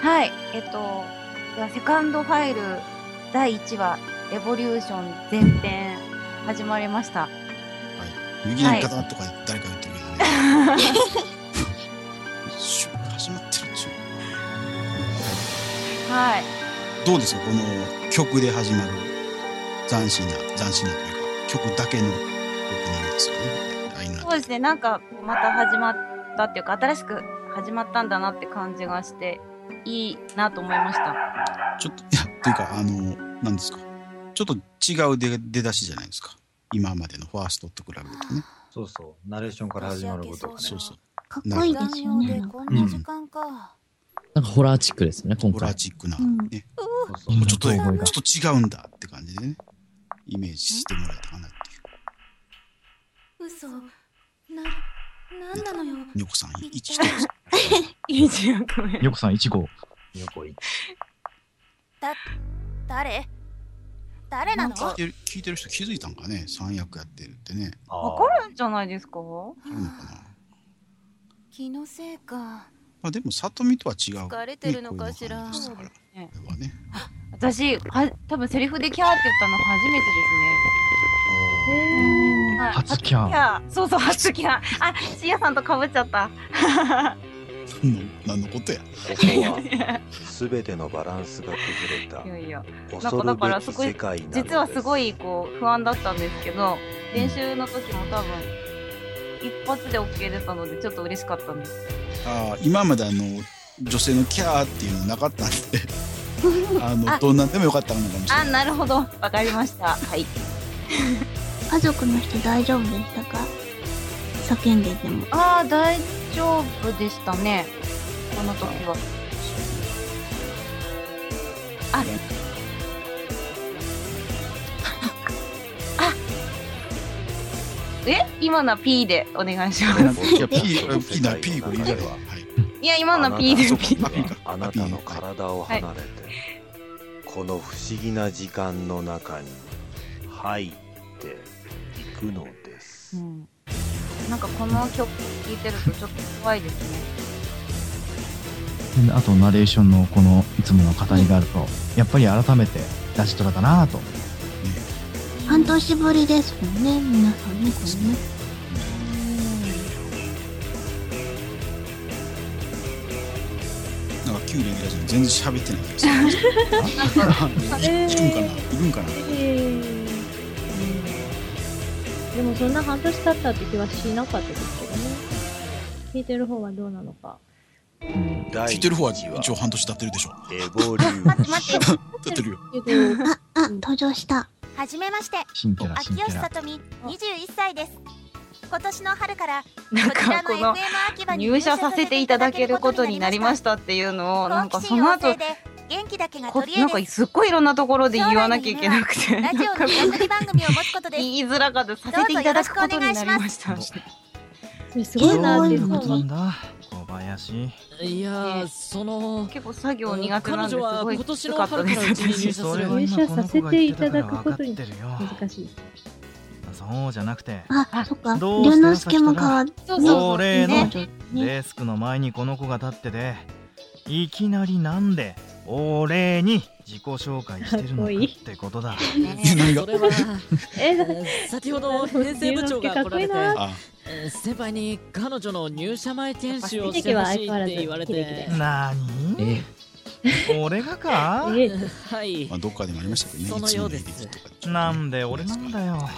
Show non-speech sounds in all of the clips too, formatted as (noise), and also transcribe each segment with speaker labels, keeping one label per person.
Speaker 1: はい、えっと、ではセカンドファイル第1話、エボリューション前編、始まりました。
Speaker 2: いきなりガタッとか誰か言ってるけどね、シュッ始まってるっちゅ
Speaker 1: はい。
Speaker 2: うどうですかこの曲で始まる斬新な斬新なというか曲だけのオープニングですよねああいうの
Speaker 1: そうですね、なんかまた始まったっていうか、新しく始まったんだなって感じがして、いいなと思いました。
Speaker 2: ちょっといやというかあの何ですかちょっと違う出出だしじゃないですか今までのファーストと比べるとね
Speaker 3: そうそう、ナレーションから始まることがね。
Speaker 2: そうそう
Speaker 4: かっこいいですよね。
Speaker 5: こんな時間か。
Speaker 6: なんかホラーチックですよね、今
Speaker 2: ホラー
Speaker 6: 回。
Speaker 2: チックな、
Speaker 1: うん
Speaker 2: ね
Speaker 3: そうそう
Speaker 2: もうちょっと
Speaker 6: う
Speaker 2: ち
Speaker 6: ん
Speaker 2: ょっと違うんだって感じでねイメージしてもらえたかなっていう
Speaker 5: 嘘。な、なんなのよ。
Speaker 2: 猫さん一人です
Speaker 1: いいじゃん、ごめん。
Speaker 7: ヨコさん1号。
Speaker 3: 横行っ
Speaker 5: だ、誰誰なの
Speaker 2: 聞いてる聞いてる人気づいたんかね三役やってるってね
Speaker 3: あ
Speaker 1: わ
Speaker 3: ー
Speaker 1: かるんじゃないですか
Speaker 2: あるのかな
Speaker 5: 気のせいか。
Speaker 2: まあでも里見とは違う、ね、
Speaker 4: 疲れてるのかしら
Speaker 2: こういうのがありましたから
Speaker 1: ね
Speaker 2: これはね
Speaker 1: 私、は、多分セリフでキャーって言ったの初めてですね。はい
Speaker 7: 初キャン。
Speaker 1: ャー。そうそう、初キャー。あ、しやさんと被っちゃった。
Speaker 2: おー何の何のことや
Speaker 3: ここは、すべてのバランスが崩れた
Speaker 1: い、やいや。
Speaker 3: 恐るべき世界なのです。
Speaker 1: 実はす
Speaker 3: (laughs)
Speaker 1: ごいこう不安だったんですけど練習の時も多分一発で OK 出たのでちょっと嬉しかったんです
Speaker 2: ああ今まであの女性のキャーっていうのなか (laughs) ったんであのどんなんでもよかったのかもしれ
Speaker 1: あ
Speaker 2: な
Speaker 1: な
Speaker 2: い
Speaker 1: るほどわかりましたはい
Speaker 4: 家族の人大丈夫でしたか叫んでても。
Speaker 1: あー大丈夫でしたねこの時はああ (laughs) え今のは P でお願いします
Speaker 2: いや P ピーな P これ以外は、はい、
Speaker 1: いや今のは P で
Speaker 2: そう
Speaker 1: P
Speaker 2: かピーか
Speaker 3: あなたの体を離れて、この不思議な時間の中に入っていくのです。
Speaker 1: なんかこの曲聴いてるとちょっと怖いですね。
Speaker 7: であとナレーションのこのいつもの語りがあると、やっぱり改めてラジトラだなぁと。
Speaker 4: 半年ぶりですもんね、皆さんね、これね。
Speaker 2: なんか旧レギュラーじゃ全然喋ってない気がする (laughs) いいるんかないるんかな
Speaker 8: でもそんな半年経ったって気はしなかったですけどね。聞いてる方はどうなのか。
Speaker 2: 聞
Speaker 3: 第
Speaker 2: いてる方は
Speaker 3: 一話
Speaker 2: 一応半年経ってるでしょ
Speaker 3: エボリューション。
Speaker 2: 経ってるよ
Speaker 8: けど、
Speaker 4: (laughs) あ、登場した。
Speaker 5: はじめまして。
Speaker 7: 新キャラ、
Speaker 5: 秋
Speaker 7: 新キ
Speaker 5: 吉
Speaker 7: ャラ
Speaker 5: さ。とみ、21歳です。今年の春
Speaker 1: (laughs)
Speaker 5: から、こ
Speaker 1: (laughs) なん
Speaker 5: ち
Speaker 1: か
Speaker 5: らの
Speaker 1: こ
Speaker 5: FM
Speaker 1: の
Speaker 5: 秋葉に
Speaker 1: 入社させていただけることになりましたっていうのをなんかその
Speaker 5: 好
Speaker 1: 後
Speaker 5: 奇心旺盛で元気だけが
Speaker 1: こ
Speaker 5: 取り
Speaker 1: な
Speaker 5: 柄
Speaker 1: んか
Speaker 5: です
Speaker 1: すっごいいろんなところで言わなきゃいけなく (laughs) て
Speaker 5: ラジ
Speaker 1: なん
Speaker 5: オ
Speaker 1: か
Speaker 5: の冠番組を持つことです
Speaker 1: 言いづらかったさせていただくことになりました。
Speaker 8: すごいなっていう
Speaker 4: 英語
Speaker 8: の
Speaker 4: は
Speaker 7: そ
Speaker 8: は
Speaker 7: うなんだ。小林。
Speaker 1: い
Speaker 9: い
Speaker 1: や
Speaker 9: や
Speaker 1: ー
Speaker 9: ー、その、
Speaker 1: 結構作業
Speaker 9: 彼
Speaker 1: 苦手なんです
Speaker 9: 女は
Speaker 1: ごい
Speaker 9: 今
Speaker 1: き
Speaker 9: 年
Speaker 1: つ
Speaker 9: の
Speaker 1: かった
Speaker 9: 春
Speaker 1: で
Speaker 9: からうちに
Speaker 1: す
Speaker 9: 入社す
Speaker 7: そ
Speaker 9: る
Speaker 7: れ
Speaker 9: わ
Speaker 7: は今この子が言ってたから分かってるよ。
Speaker 8: 難しい。
Speaker 7: そうじゃなくて、
Speaker 4: あ、そっか。
Speaker 7: どうした
Speaker 4: 龍之介も変わって、
Speaker 1: そうそう
Speaker 7: 恒例の
Speaker 4: ね。
Speaker 7: デスクの前にこの子が立ってて、いきなりなんで、俺に自己紹介してるのかってことだ。
Speaker 2: 何が
Speaker 9: それは、
Speaker 8: え、
Speaker 9: え
Speaker 8: だ
Speaker 9: ー先ほど編成部長が来られて、
Speaker 2: あ
Speaker 9: えー先輩に彼女の入社前研修を
Speaker 8: 水
Speaker 9: して
Speaker 8: 滴
Speaker 9: ほ
Speaker 8: は相
Speaker 9: しい
Speaker 8: 変わ
Speaker 9: っ
Speaker 8: ら
Speaker 9: て言われ
Speaker 8: ずキレキ
Speaker 9: て
Speaker 8: レ、
Speaker 7: な
Speaker 6: え
Speaker 7: に
Speaker 6: え
Speaker 7: 俺がか
Speaker 8: え
Speaker 9: はい
Speaker 2: まあ、どっかでもありましたけどね
Speaker 9: そのようです
Speaker 2: いつものレギュラーとか
Speaker 7: なんで俺なんだよ。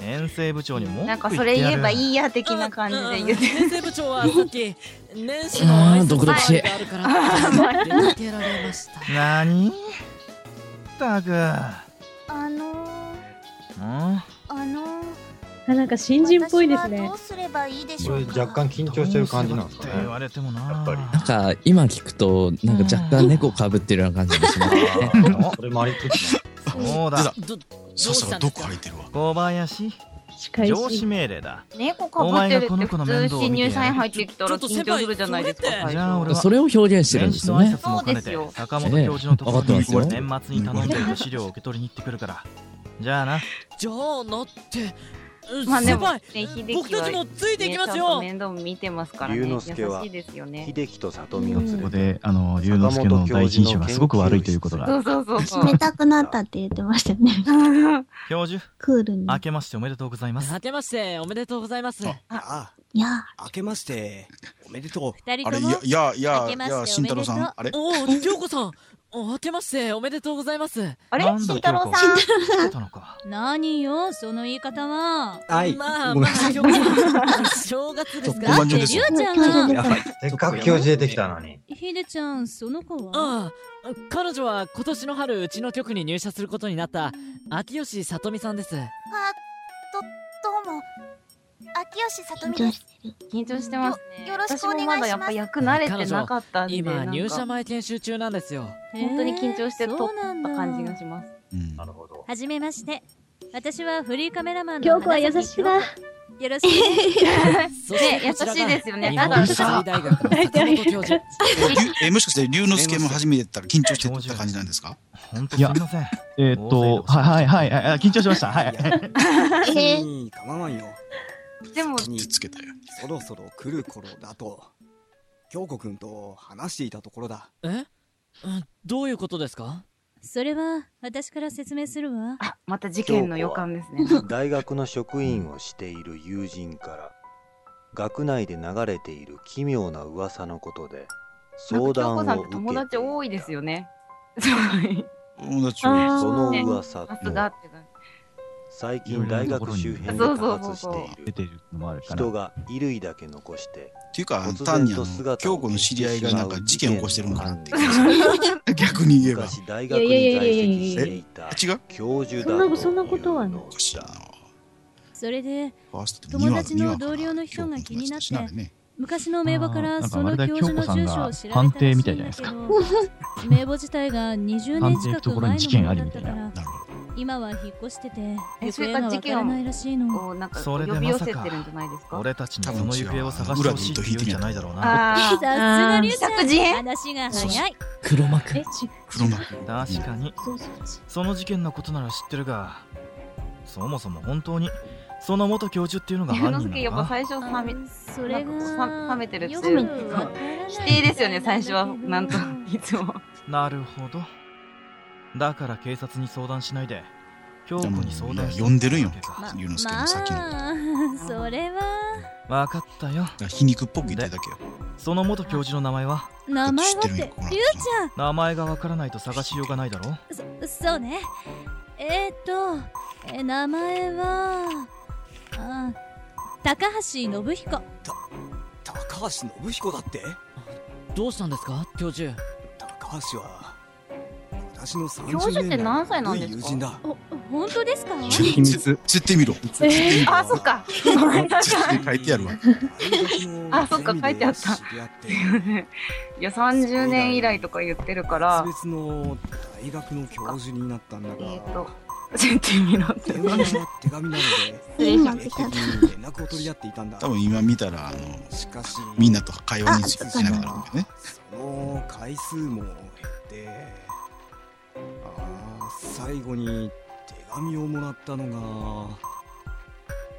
Speaker 7: 遠征部長にも
Speaker 1: なんかそれ言えばい
Speaker 7: い。
Speaker 1: いや的な感じで (laughs) 言って
Speaker 9: うん編成部長はさっき、年始の挨拶会があるからって出かけられました。
Speaker 7: なにったく。
Speaker 5: あのー、あのー、
Speaker 7: ん
Speaker 8: あ、 (laughs) なんか新人っぽいです
Speaker 5: 私は
Speaker 8: ね
Speaker 5: どう。すればいいでし
Speaker 3: こ
Speaker 5: ょ
Speaker 3: れ
Speaker 5: うか
Speaker 3: 若干緊張してる感じなんですか
Speaker 7: ど
Speaker 3: ね
Speaker 7: うせって。言われてもな。
Speaker 3: やっぱり
Speaker 6: なんか今聞くと、なんか若干猫かぶってるような感じがしますね。
Speaker 3: あーそれもありつつね。
Speaker 7: そう
Speaker 2: 出
Speaker 7: だ
Speaker 2: た。
Speaker 9: ど、どう
Speaker 2: さっさ
Speaker 9: し
Speaker 2: と
Speaker 9: たん
Speaker 2: ど
Speaker 9: で
Speaker 2: っ
Speaker 9: す
Speaker 2: か
Speaker 9: か
Speaker 2: 入ってるわ
Speaker 7: 小林、
Speaker 8: 司会
Speaker 7: 上司
Speaker 8: 進
Speaker 7: 命令だ。
Speaker 1: 猫かぶってるって普通新入社員入ってきたら緊張するじゃないですか。最初
Speaker 7: じゃあ俺は
Speaker 6: それを表現してるんで
Speaker 7: 年始
Speaker 6: す
Speaker 7: の
Speaker 6: よ
Speaker 7: 挨
Speaker 6: ね。
Speaker 7: 拶も兼
Speaker 1: そうで
Speaker 7: ねて
Speaker 1: すよ
Speaker 7: 坂本教授のとこ
Speaker 6: え
Speaker 7: ろ
Speaker 6: え
Speaker 7: に
Speaker 6: 分かって
Speaker 7: 年末に頼んでいる資料を受け取りに行ってくるからじゃあな
Speaker 9: じゃあなって、
Speaker 1: まあで
Speaker 9: 先
Speaker 1: も、
Speaker 9: 輩
Speaker 1: ね、秀樹は、ね、
Speaker 9: 僕たちもついていきます
Speaker 1: ちゃんと
Speaker 9: よ
Speaker 1: 面倒見てますからね。
Speaker 3: 龍之介は
Speaker 1: 優しいですよね。
Speaker 3: 秀樹と里美を連
Speaker 8: う
Speaker 3: れ
Speaker 8: ん
Speaker 3: て
Speaker 7: ここであの龍之介の第一印象がすごく悪いということ
Speaker 1: そ
Speaker 7: が
Speaker 1: うそうそうそう。
Speaker 4: 冷たくなったって言ってましたよね。
Speaker 7: 教授
Speaker 4: クールに。
Speaker 7: 明けましておめでとうございます
Speaker 9: 明けましておめでとうございます
Speaker 10: あ
Speaker 4: いや
Speaker 10: あ、明けまして、おめでと
Speaker 5: 二人
Speaker 2: あれ、
Speaker 5: と
Speaker 2: い
Speaker 5: も
Speaker 2: や、いや、い
Speaker 5: 明
Speaker 2: や、
Speaker 5: け
Speaker 2: い
Speaker 5: まして
Speaker 2: や、
Speaker 5: おめでとう
Speaker 2: 慎太郎さん、あれ
Speaker 9: おお涼子さんお明けましておめでとうございます
Speaker 1: あれ
Speaker 7: なんだ
Speaker 1: 慎太郎さん。
Speaker 7: 来たのか
Speaker 5: 何よその言い方は
Speaker 10: う。はい。
Speaker 9: まあ
Speaker 10: ごめんな
Speaker 9: まあ
Speaker 10: さい。
Speaker 9: 涼子さん正月です
Speaker 2: ご
Speaker 5: だ
Speaker 9: か
Speaker 2: め
Speaker 5: っ
Speaker 2: ん順で
Speaker 5: てリュウ
Speaker 2: す
Speaker 5: ち
Speaker 2: よ
Speaker 5: ゃんは
Speaker 11: ばい。せっかく教授出てきたのに。
Speaker 5: ヒデちゃんその子は
Speaker 9: ああ彼女は今年の春うちの局に入社することになった秋吉さとみさんです
Speaker 5: どうも秋吉さ
Speaker 4: 緊張 (laughs) してる。
Speaker 1: 緊張してますね。
Speaker 5: よよろしくお願い
Speaker 1: 私も
Speaker 5: します
Speaker 1: まだやっぱ役慣れてなかったんで、
Speaker 9: 今
Speaker 1: なんか
Speaker 9: 入社前研修中なんですよ
Speaker 1: 本当に緊張して撮
Speaker 5: そう
Speaker 1: っ
Speaker 5: なん
Speaker 1: た
Speaker 5: だ
Speaker 1: 感じがします。
Speaker 2: うん
Speaker 11: なるほど。
Speaker 5: はじめまして私はフリーカメラマンの
Speaker 8: 京子は優しいな。
Speaker 5: よろしくね
Speaker 9: そして
Speaker 1: ね優しいですよね
Speaker 9: こちらが日本水大学の坂本教授
Speaker 2: え、もしかして、龍之介も初めてだったら緊張してた感じなんですか
Speaker 7: 本当すいません
Speaker 12: えーっと、はいはいはい、あ緊張しました。はいい。
Speaker 10: や、
Speaker 4: えー、
Speaker 10: に構わんよ。
Speaker 1: でも、
Speaker 10: に
Speaker 2: 手つけたよ。
Speaker 10: そろそろ来る頃だと、京子くんと話していたところだ。
Speaker 9: えうんどういうことですか
Speaker 5: それは私から説明するわ
Speaker 1: あ、また事件の予感ですね。
Speaker 3: 大学の職員をしている友人から学内で流れている奇妙な噂のことで相談を
Speaker 1: なんか京子さんっ
Speaker 3: 受
Speaker 1: て
Speaker 3: けてい
Speaker 1: 友達多いですよね。 (laughs) すごい。
Speaker 2: 友達
Speaker 8: あ
Speaker 2: を。
Speaker 3: たその
Speaker 1: ね
Speaker 3: 噂
Speaker 1: さすがって
Speaker 3: と
Speaker 1: 感じ。
Speaker 3: 最近大学周辺で
Speaker 1: そうそ
Speaker 3: 多
Speaker 1: うそう
Speaker 3: 発し
Speaker 1: そう
Speaker 3: てい
Speaker 12: 出
Speaker 3: る
Speaker 12: てるのもあるから。
Speaker 3: 人が衣類だけ残して
Speaker 2: っていうか
Speaker 3: 突、然
Speaker 2: 単にあ
Speaker 3: と
Speaker 2: の、
Speaker 3: 姿を
Speaker 2: 京子の知り合いがなんか事件起こしてるのかなって気がす
Speaker 3: 消して
Speaker 2: る。逆に言えば。
Speaker 3: 昔大学に
Speaker 8: いやいや
Speaker 3: 在
Speaker 8: いやいや
Speaker 3: 籍
Speaker 8: い
Speaker 3: し
Speaker 8: や
Speaker 3: ていた
Speaker 2: 違う
Speaker 3: 教授だ
Speaker 8: そん
Speaker 3: と
Speaker 8: なそんなことはない
Speaker 2: おかしいな。
Speaker 5: それで
Speaker 2: ファーストって
Speaker 5: 友達の同僚の人が気になって
Speaker 2: 京子の友達だしあれね
Speaker 5: 昔の名簿から
Speaker 12: あー
Speaker 5: その
Speaker 12: なんかまる
Speaker 5: 教
Speaker 12: で
Speaker 5: 授の住所を調べたらしいんだけ
Speaker 12: 京子さんが判定
Speaker 5: ど
Speaker 12: みたいじゃないですか
Speaker 5: 名簿自体が20年近く前のものだったから
Speaker 2: なるほど。
Speaker 5: 今は引っ越してて
Speaker 1: え
Speaker 5: 行方がわからないらしいの
Speaker 1: こう、なんか、
Speaker 7: そ
Speaker 1: 呼
Speaker 7: れで
Speaker 1: び寄
Speaker 7: まさ
Speaker 1: せて
Speaker 7: か
Speaker 1: るんじゃないですか。
Speaker 7: 俺たちにその行方を探してほしいって言うんじゃないだろうな
Speaker 1: あ
Speaker 5: さす
Speaker 1: ー
Speaker 5: がリュウちゃん
Speaker 1: 着人
Speaker 5: 話が早い
Speaker 6: 黒幕
Speaker 8: え、違う。
Speaker 2: 黒幕。
Speaker 7: 確かに
Speaker 8: そうそうそう。
Speaker 7: その事件のことなら知ってるがそもそも本当にその元教授っていうのが
Speaker 1: 龍
Speaker 7: 犯
Speaker 1: 之
Speaker 7: 人
Speaker 1: 介やっ
Speaker 7: な
Speaker 1: ぱ
Speaker 7: のか
Speaker 1: 最初冷め、
Speaker 5: それが
Speaker 1: さ冷めてるって
Speaker 5: よ
Speaker 1: いう
Speaker 5: くわからない
Speaker 1: 否定ですよね、最初は。なんと、いつも。
Speaker 7: なるほどだから警察に相談しないで京子に相談し
Speaker 2: いや呼んでるよ
Speaker 5: ま
Speaker 2: 龍之介の先のこと。だか
Speaker 5: まあ (laughs) それは
Speaker 7: 分かったよ
Speaker 2: ら皮肉っぽく言っただけよ。
Speaker 7: その元教授の名前は
Speaker 5: 名前はって
Speaker 2: 知ってる
Speaker 5: リュ
Speaker 2: よこの
Speaker 5: ウ
Speaker 2: 話
Speaker 5: ち
Speaker 7: 名前がわからないと探しようがないだろう
Speaker 5: ゃんそそうねえー、っとえ名前はあ高橋信彦
Speaker 10: 高橋信彦だって
Speaker 9: どうしたんですか教授
Speaker 10: 高橋は、私の30年来の
Speaker 1: 教授って何歳なんですか
Speaker 10: 友人だ。
Speaker 5: お本当ですか
Speaker 12: 秘密。
Speaker 2: 絶対見ろ。
Speaker 8: えー、
Speaker 1: あ、そっか。
Speaker 2: 絶対書いてやるわ。
Speaker 1: (laughs) あそっか書いてあ
Speaker 10: 大
Speaker 1: った
Speaker 10: 学のゼミで知り合って
Speaker 1: いや、30年以来とか言ってるから、
Speaker 10: 別々の大学の教授になったんだが、
Speaker 1: えーと全然見ろって。
Speaker 10: 電話や手紙などで
Speaker 1: 失礼しま
Speaker 4: 今
Speaker 1: し
Speaker 10: 定期的に連絡を取り合っていたんだ
Speaker 2: 多分今見たら、あの、
Speaker 10: しかし
Speaker 2: みんなと会話にしながらなんだよね。
Speaker 10: その回数も減ってああ最後に手紙をもらったのが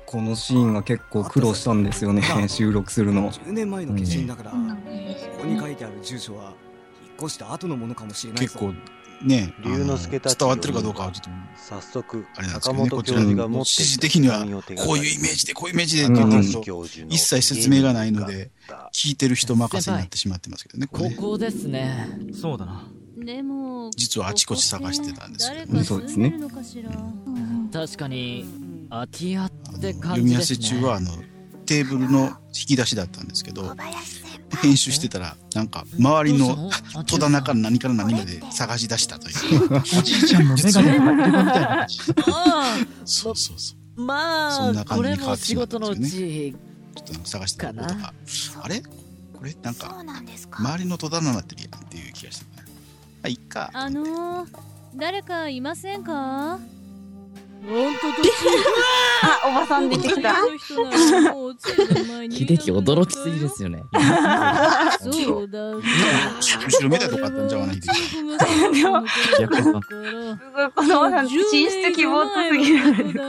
Speaker 11: このシーンは結構苦労したんですよね
Speaker 10: あ、
Speaker 11: 収録するの。
Speaker 10: 10年前の化身だから、
Speaker 4: そうなん
Speaker 10: こ
Speaker 4: です
Speaker 10: こに書いてある住所は引っ越した後のものかもしれない
Speaker 2: 結
Speaker 10: ぞ
Speaker 2: 構、ね、あの
Speaker 3: 龍之介たち
Speaker 2: 伝わってるかどうかはちょっと。
Speaker 3: 早速
Speaker 2: あれなんです
Speaker 3: 坂
Speaker 2: けどね
Speaker 3: 本教授が持っ
Speaker 2: こ
Speaker 3: ていた
Speaker 2: ちら
Speaker 3: 紙を手掛かりに
Speaker 2: こういうイメージで、こういうイメージでって
Speaker 3: 高
Speaker 2: 言ってる
Speaker 3: 橋
Speaker 2: と、
Speaker 3: 教授の
Speaker 2: 一切説明がないので
Speaker 3: 家に向かった
Speaker 2: 聞いてる人任せになってしまってますけどね、これ
Speaker 9: こ
Speaker 2: ね。
Speaker 9: こですね
Speaker 7: そうだな
Speaker 5: でも
Speaker 2: 実はあちこち探してたんですけど
Speaker 5: ここ
Speaker 2: ね
Speaker 5: って誰かそうですねのかしら
Speaker 4: うん
Speaker 9: 確かに空き家っ
Speaker 2: あの
Speaker 9: て
Speaker 2: 読
Speaker 9: 感じ
Speaker 2: み合
Speaker 9: で
Speaker 2: わせ
Speaker 9: すね
Speaker 2: 中は、あの、テーブルの引き出しだったんですけど、編集してたら、なんか、周りの
Speaker 9: どうした
Speaker 2: 戸棚から何から何まで探し探したという。
Speaker 12: おじいちゃんのメガネが入ってるみたいな。
Speaker 9: あ
Speaker 2: そうそうそう。
Speaker 9: あま
Speaker 2: そ
Speaker 9: あ
Speaker 2: んな感
Speaker 9: こ
Speaker 2: じに
Speaker 9: れ
Speaker 2: 変わ
Speaker 9: も
Speaker 2: って
Speaker 9: 仕
Speaker 2: しまった
Speaker 9: 事
Speaker 2: ん
Speaker 9: のう
Speaker 2: です
Speaker 9: ち
Speaker 2: ちょっとなんか探してたことが、あれこれなんか、
Speaker 5: なんです
Speaker 2: 周りの戸棚になってるやんっていう気がしてたね。あ、いっか。
Speaker 5: あのー、誰かいませんか
Speaker 9: 本当だ
Speaker 1: あ、おばさん出てきた。
Speaker 6: 秀樹驚きすぎですよね。
Speaker 5: そうだね。
Speaker 2: 後ろめたいとこあったんじゃわないですか。
Speaker 1: でも、
Speaker 2: 逆に
Speaker 1: このなん寝室希望とすぎる。
Speaker 2: (laughs)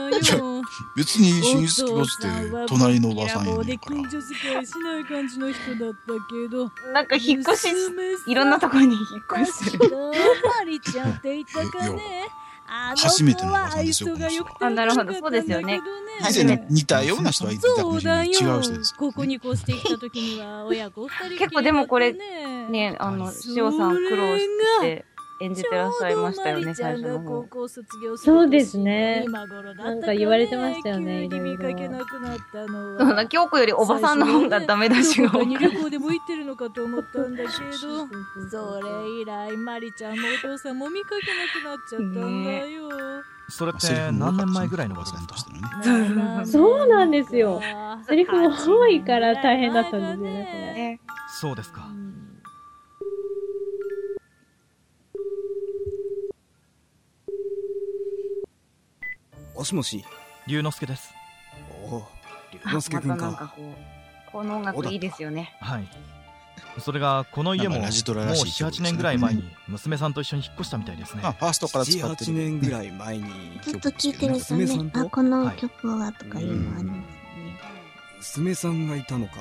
Speaker 2: 別に寝室希望って隣のおばさんやねんから。
Speaker 9: 近所付き合いしない感じの人だったけど。
Speaker 1: なんか引っ越し、いろんなところに引っ越してる。
Speaker 9: マリちゃんって言ったかね。あの
Speaker 2: 初めてのおばさんですよ。
Speaker 9: 人がよく
Speaker 1: あ、なるほど、そうですよね。
Speaker 2: 以前の似たような人はいたかもしれない。違う人です。
Speaker 9: ここに越してきた時には親子二人
Speaker 1: 結構でもこれ、ね、あの、しおさん苦労して演じてらっしゃいましたよね、最初の方。
Speaker 9: 高校卒業する
Speaker 8: そうですね。
Speaker 9: 今頃だった
Speaker 8: なんか言われてましたよね、いろいろ。
Speaker 1: そうだ、京子よりおばさんの方がダメ出しが多
Speaker 9: どこ
Speaker 1: い。
Speaker 9: に旅行でも行ってるのかと思ったんだけどそれ以来マリちゃんもお父さんも見かけなくなっちゃったんだよ、
Speaker 7: それって何年前ぐらいのことなんですか
Speaker 8: そうなんですよ。セリフも多いから大変だったんですよね、
Speaker 7: そうですか。
Speaker 10: もしもし。
Speaker 7: 龍之介です。
Speaker 10: おお、龍之介君
Speaker 1: なんか
Speaker 10: か。
Speaker 1: こう、この音楽いいですよね。
Speaker 7: はい。それがこの家も
Speaker 2: なん
Speaker 7: もう
Speaker 2: かラジトラらしいって
Speaker 7: 7、
Speaker 2: ことです
Speaker 7: 8
Speaker 2: ね
Speaker 7: 年ぐらい前に娘さんと一緒に引っ越したみたいですね。
Speaker 2: あファーストから使ってる
Speaker 10: 7、8年ぐらい前に。
Speaker 4: ずっと聴いてると
Speaker 10: 娘さ
Speaker 4: ね
Speaker 10: ん、と
Speaker 4: あ、この曲はとかいうのあります。
Speaker 10: 娘さんがいたのか。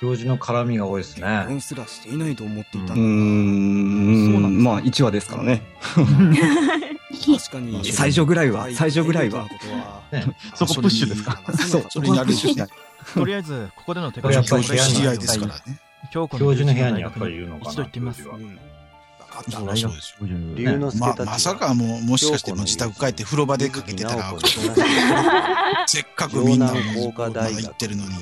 Speaker 13: 教授の絡みが多いですね。
Speaker 10: 婚すらしていないと思っていた
Speaker 11: うーん、まあ1話ですからね。
Speaker 10: 確かに。
Speaker 11: 最初ぐらいは、最初ぐらいは。
Speaker 7: そこプッシュですか
Speaker 11: そう、それになるし。
Speaker 7: とりあえず、ここでの手
Speaker 11: これ
Speaker 7: 紙
Speaker 11: やっぱり
Speaker 7: これ
Speaker 11: 知り合いですから
Speaker 2: ね。
Speaker 7: 教子
Speaker 13: 教授の部屋にやっぱりいるのかな
Speaker 7: 一度行ってみます。
Speaker 2: そりゃそうですよ。
Speaker 13: 龍之介
Speaker 2: ま
Speaker 13: たち
Speaker 2: まさかもう、もしかしてもう自宅帰って風呂場でかけてたら、せっかくみんなもう
Speaker 13: 工科大学
Speaker 2: 行ってるのに、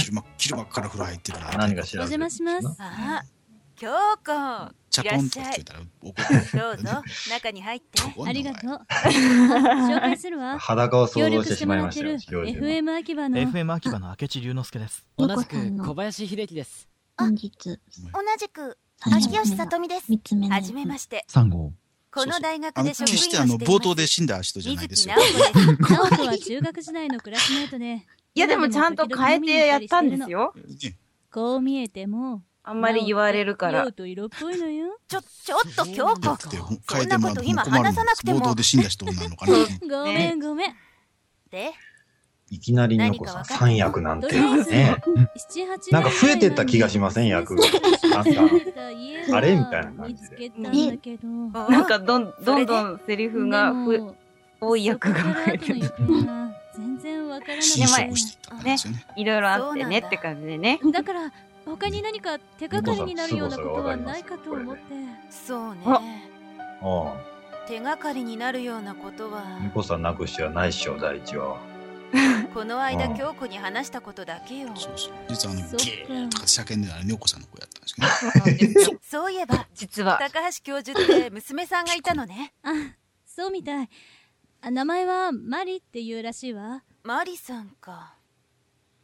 Speaker 2: 昼間昼間から風呂入ってるから。
Speaker 13: 何が知
Speaker 5: お
Speaker 13: ら
Speaker 5: 邪魔します。
Speaker 14: あ、京子。
Speaker 2: チ
Speaker 14: い
Speaker 2: ャポ
Speaker 14: らっ
Speaker 2: ン
Speaker 14: し
Speaker 2: と
Speaker 14: ゃ
Speaker 2: つけ
Speaker 14: い。
Speaker 2: たら
Speaker 14: どうぞ、中に入って。
Speaker 5: ありがとう。紹介するわ。
Speaker 13: 裸を想像してしまいま
Speaker 5: 協力
Speaker 13: した
Speaker 5: て
Speaker 13: よ
Speaker 5: もらってる FM 秋葉の。
Speaker 7: FM 秋葉の明智龍之介です。
Speaker 5: 同
Speaker 15: じく
Speaker 5: の
Speaker 15: 小林秀樹です。
Speaker 4: 本日、
Speaker 14: 同じく、秋吉さとみです。はじめまして。
Speaker 2: 三号。
Speaker 14: この大
Speaker 2: あ
Speaker 14: 学
Speaker 2: の、
Speaker 14: で職員を
Speaker 2: 決し
Speaker 14: してて
Speaker 2: あ
Speaker 14: い
Speaker 2: の、
Speaker 14: ます。
Speaker 2: 冒頭で死んだ人じゃないですよ。
Speaker 5: 直子は中学時代のクラスメートで。
Speaker 1: いやでもちゃんと変えてやったんですよ。
Speaker 5: こう見えても。
Speaker 1: あんまり言われるから
Speaker 5: 直人色っぽいのよ。
Speaker 14: ちょ、ちょっと京子。
Speaker 2: 変えてもらっても
Speaker 14: 今
Speaker 2: 困るん
Speaker 14: 話
Speaker 2: で
Speaker 14: さなく
Speaker 2: す。
Speaker 14: ても
Speaker 2: 冒頭で死んだ人なのかな。
Speaker 5: ごめんごめん。
Speaker 14: で、
Speaker 13: いきなりのこさん三役なんて
Speaker 5: とりあえず
Speaker 13: ね。
Speaker 5: 七八
Speaker 13: なんか増えてった気がしません役が。なんかあれみたいな感じ。
Speaker 5: つけたんだけど。
Speaker 1: なんかどんどんどんセリフがふ多い役が増えてる。
Speaker 5: 全然わからない。
Speaker 1: でまあね、いろいろあってねって感じでね。
Speaker 5: だから他に何か手がかりになるようなことはないかと思って。
Speaker 14: そうね。
Speaker 13: うん。
Speaker 14: 手がかりになるようなことは、
Speaker 13: ニコさんなくしてはないっしょ、第一話は。
Speaker 14: (laughs) この間
Speaker 2: うん
Speaker 14: 京子に話したことだけよ。
Speaker 2: 実はあの、ゲーとか叫んでたら、ねおこさんの声やったんですけど。
Speaker 14: そういえば、
Speaker 1: 実は
Speaker 14: 高橋教授って娘さんがいたのね。
Speaker 5: あ、そうみたい。あ名前はマリっていうらしいわ。
Speaker 14: マリさんか。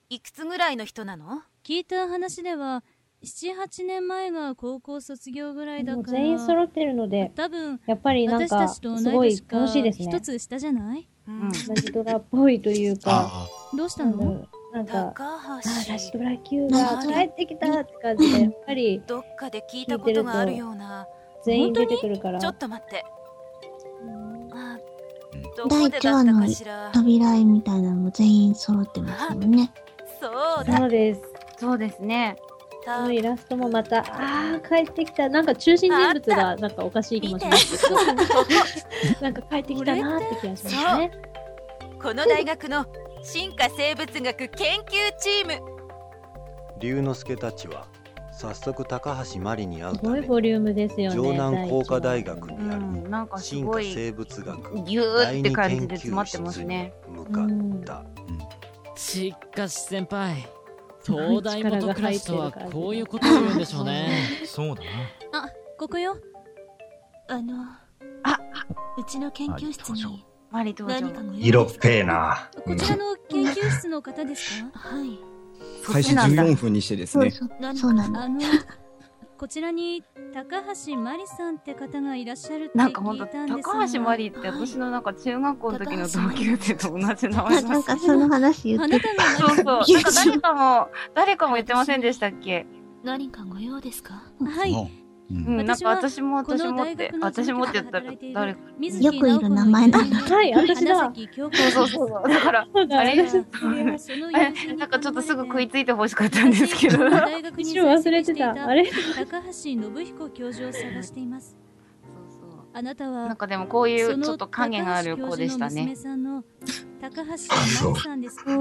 Speaker 14: いくつぐらいの人なの
Speaker 5: 聞いた話では7、8年前が高校卒業ぐらいだ
Speaker 8: も
Speaker 5: か
Speaker 8: う
Speaker 5: ら。
Speaker 8: 全員揃ってるので、
Speaker 5: 多分
Speaker 8: やっぱりなん
Speaker 5: 私
Speaker 8: か、
Speaker 5: たち
Speaker 8: す
Speaker 5: と
Speaker 8: ご
Speaker 5: 同い
Speaker 8: い
Speaker 5: 年か
Speaker 8: 楽しいです
Speaker 5: 一
Speaker 8: ね。
Speaker 5: つ下じゃない
Speaker 8: ラジドラっぽいというか、
Speaker 5: どうしたの
Speaker 8: なんか、
Speaker 14: あ
Speaker 8: ーラジドラ級が
Speaker 5: ラジド
Speaker 8: 帰
Speaker 5: ラ
Speaker 8: ってきたって感じで、やっぱり
Speaker 14: どっかで聞いたことがあるような。
Speaker 8: 全員出てくるから
Speaker 14: ちょ、っと待って。あど
Speaker 4: 第
Speaker 14: こで
Speaker 4: 1
Speaker 14: だ
Speaker 4: 話
Speaker 14: った
Speaker 4: の
Speaker 14: かしら。
Speaker 4: 扉絵みたいなのも全員揃ってますもんね。
Speaker 14: そう
Speaker 8: だ。そうです。
Speaker 1: そうですね。
Speaker 8: このイラストもまた、あー、帰ってきた。なんか中心人物が、なんかおかしい気もしますけど。なんか帰ってきたなーって気がしますね。
Speaker 14: (laughs) この大学の進化生物学研究チーム。
Speaker 3: 龍之介たちは早速高橋真理に会う
Speaker 8: すごいボリュームですよね。
Speaker 3: 城南工科大学
Speaker 1: う
Speaker 3: に
Speaker 1: ん、なんかす
Speaker 3: 進
Speaker 1: ご
Speaker 3: 化
Speaker 1: い
Speaker 3: 生物学
Speaker 1: ぎゅーって感じで詰まってますね。
Speaker 15: しかし先輩、東大元クラスとはこういうことを言うんでしょうね。
Speaker 7: (laughs) そうだな。
Speaker 5: あ、ここよ。
Speaker 16: あの、あ、うちの研究室に
Speaker 1: マリ登場。
Speaker 16: 何かご用
Speaker 13: 色っぺえな。
Speaker 5: こちらの研究室の方ですか
Speaker 16: はい。
Speaker 11: 開始14分にしてですね。
Speaker 5: そうなんだ。あの、こちらに高橋真理さんって方がいらっしゃるって
Speaker 1: なんかほんと
Speaker 5: 聞いたんですが
Speaker 1: 高橋マリって私のなんか中学校の時の同級生と同じ名
Speaker 14: (laughs)
Speaker 1: 前
Speaker 4: あなんかその話言ってた。
Speaker 1: そうそう。なんか誰かも、誰かも言ってませんでしたっけ
Speaker 16: 何かご用ですか
Speaker 5: はい。
Speaker 1: うん、なんか私も私もって私もって言ったら誰か
Speaker 4: よくいる名前なんだ。
Speaker 8: はい、私だ。
Speaker 1: そうそうそうそうだから (laughs) あ
Speaker 8: (laughs)
Speaker 1: れえ (laughs) なんかちょっとすぐ食いついてほしかったんですけど
Speaker 5: 大学に
Speaker 8: 一瞬忘れてたあれ
Speaker 5: 高橋信彦教授を探しています。あなた
Speaker 1: (laughs)
Speaker 5: は
Speaker 1: なんかでもこういう
Speaker 5: その
Speaker 1: ちょっと影がある子でしたね
Speaker 5: 高橋教授の娘さんの高橋真理さんですか。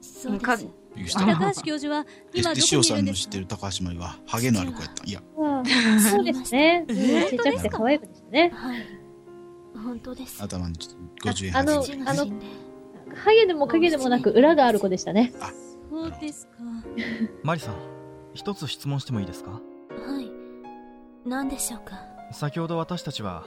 Speaker 5: そうです。高橋教授は
Speaker 2: で
Speaker 5: 今どこ
Speaker 2: 塩
Speaker 5: にい
Speaker 2: さ
Speaker 5: る
Speaker 2: ん
Speaker 5: んで
Speaker 2: の
Speaker 5: す
Speaker 2: 知ってる高橋真理はハゲのある子やったいや
Speaker 8: そうですね。うんちっちゃくて可愛い子でしたね。
Speaker 16: 本当です。
Speaker 2: 頭にちょっと50円
Speaker 8: あの
Speaker 2: 入って、る
Speaker 8: あの、影でも影でもなく裏がある子でしたね。
Speaker 5: そうですか。
Speaker 7: マリさん一つ質問してもいいですか
Speaker 16: はい。何でしょう
Speaker 4: (laughs)
Speaker 16: か
Speaker 7: 先ほど私たちは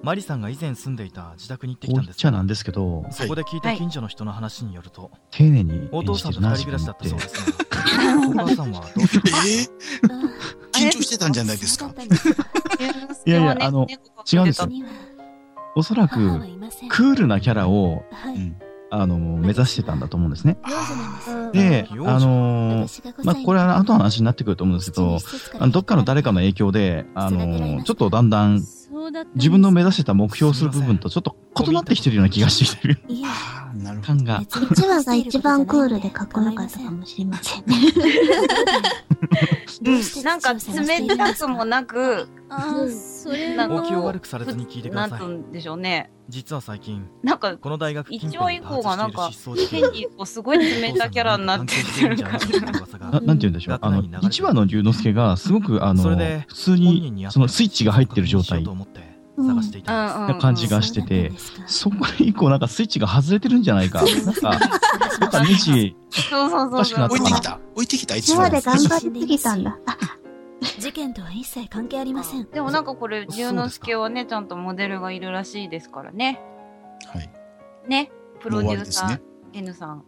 Speaker 7: マリさんが以前住んでいた自宅に行ってき
Speaker 12: お
Speaker 7: たんで
Speaker 12: っ
Speaker 7: す
Speaker 12: ちゃなんですけど、
Speaker 7: そこで聞いた近所の人の話によると、
Speaker 12: 丁寧に
Speaker 7: お父さんと二人暮らしだったそ
Speaker 13: (laughs)
Speaker 7: うですが、お母さんはどう
Speaker 2: 緊張してたんじゃないですか
Speaker 12: いやいや、あの、違うんですよ。おそらく、クールなキャラを、あの、目指してたんだと思うんですね。で、あのーまあ、これは後の話になってくると思うんですけど、あのどっかの誰かの影響で、あのーちょっとだんだん、自分の目指してた目標する部分とちょっと異なってきてるような気がし
Speaker 7: (laughs)
Speaker 12: てきてる。感が。
Speaker 4: 一話が一番クールでかっこよかったかもしれませんね。
Speaker 1: うんなんか冷たくもなく
Speaker 5: あそれ
Speaker 1: なん
Speaker 7: 応
Speaker 1: か
Speaker 7: 急を悪くされずに聞いてくだ
Speaker 1: なん
Speaker 7: さい
Speaker 1: て言。うんでしょうね
Speaker 7: 実は最近、
Speaker 1: なんか
Speaker 7: この大学
Speaker 1: 一
Speaker 7: 近
Speaker 1: 応
Speaker 7: 辺
Speaker 1: 以
Speaker 7: で
Speaker 1: 降
Speaker 7: 発
Speaker 1: がなん
Speaker 7: 生
Speaker 1: か
Speaker 7: している失踪事件
Speaker 1: 変にこうすごい冷たキャラになってきてるから
Speaker 7: (laughs)
Speaker 12: ななんて言うんでしょう。あの、1話の龍之介が、すごく、あの
Speaker 7: それで、
Speaker 12: 普通に、そのスイッチが入ってる状態。
Speaker 7: 探していたんです
Speaker 12: な感じがしてて、そこ以降なんかスイッチが外れてるんじゃないか。なんか、
Speaker 1: (laughs)
Speaker 12: なんかネジ、
Speaker 1: そうそう
Speaker 12: おかしくなったかな。
Speaker 2: 置いてきた
Speaker 4: 一話で頑
Speaker 2: (laughs)
Speaker 4: 張りすぎたんだ。 (laughs)
Speaker 16: 事件とは一切関係ありません。
Speaker 1: でもなんかこれ龍之介はねちゃんとモデルがいるらしいですからねはいねプロデューサ
Speaker 2: もう終わ
Speaker 1: ー
Speaker 2: り
Speaker 1: N さん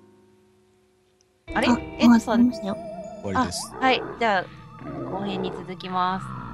Speaker 1: あれ
Speaker 4: あ、終わりましたよ。
Speaker 2: 終わりです
Speaker 1: はいじゃあ後編に続きます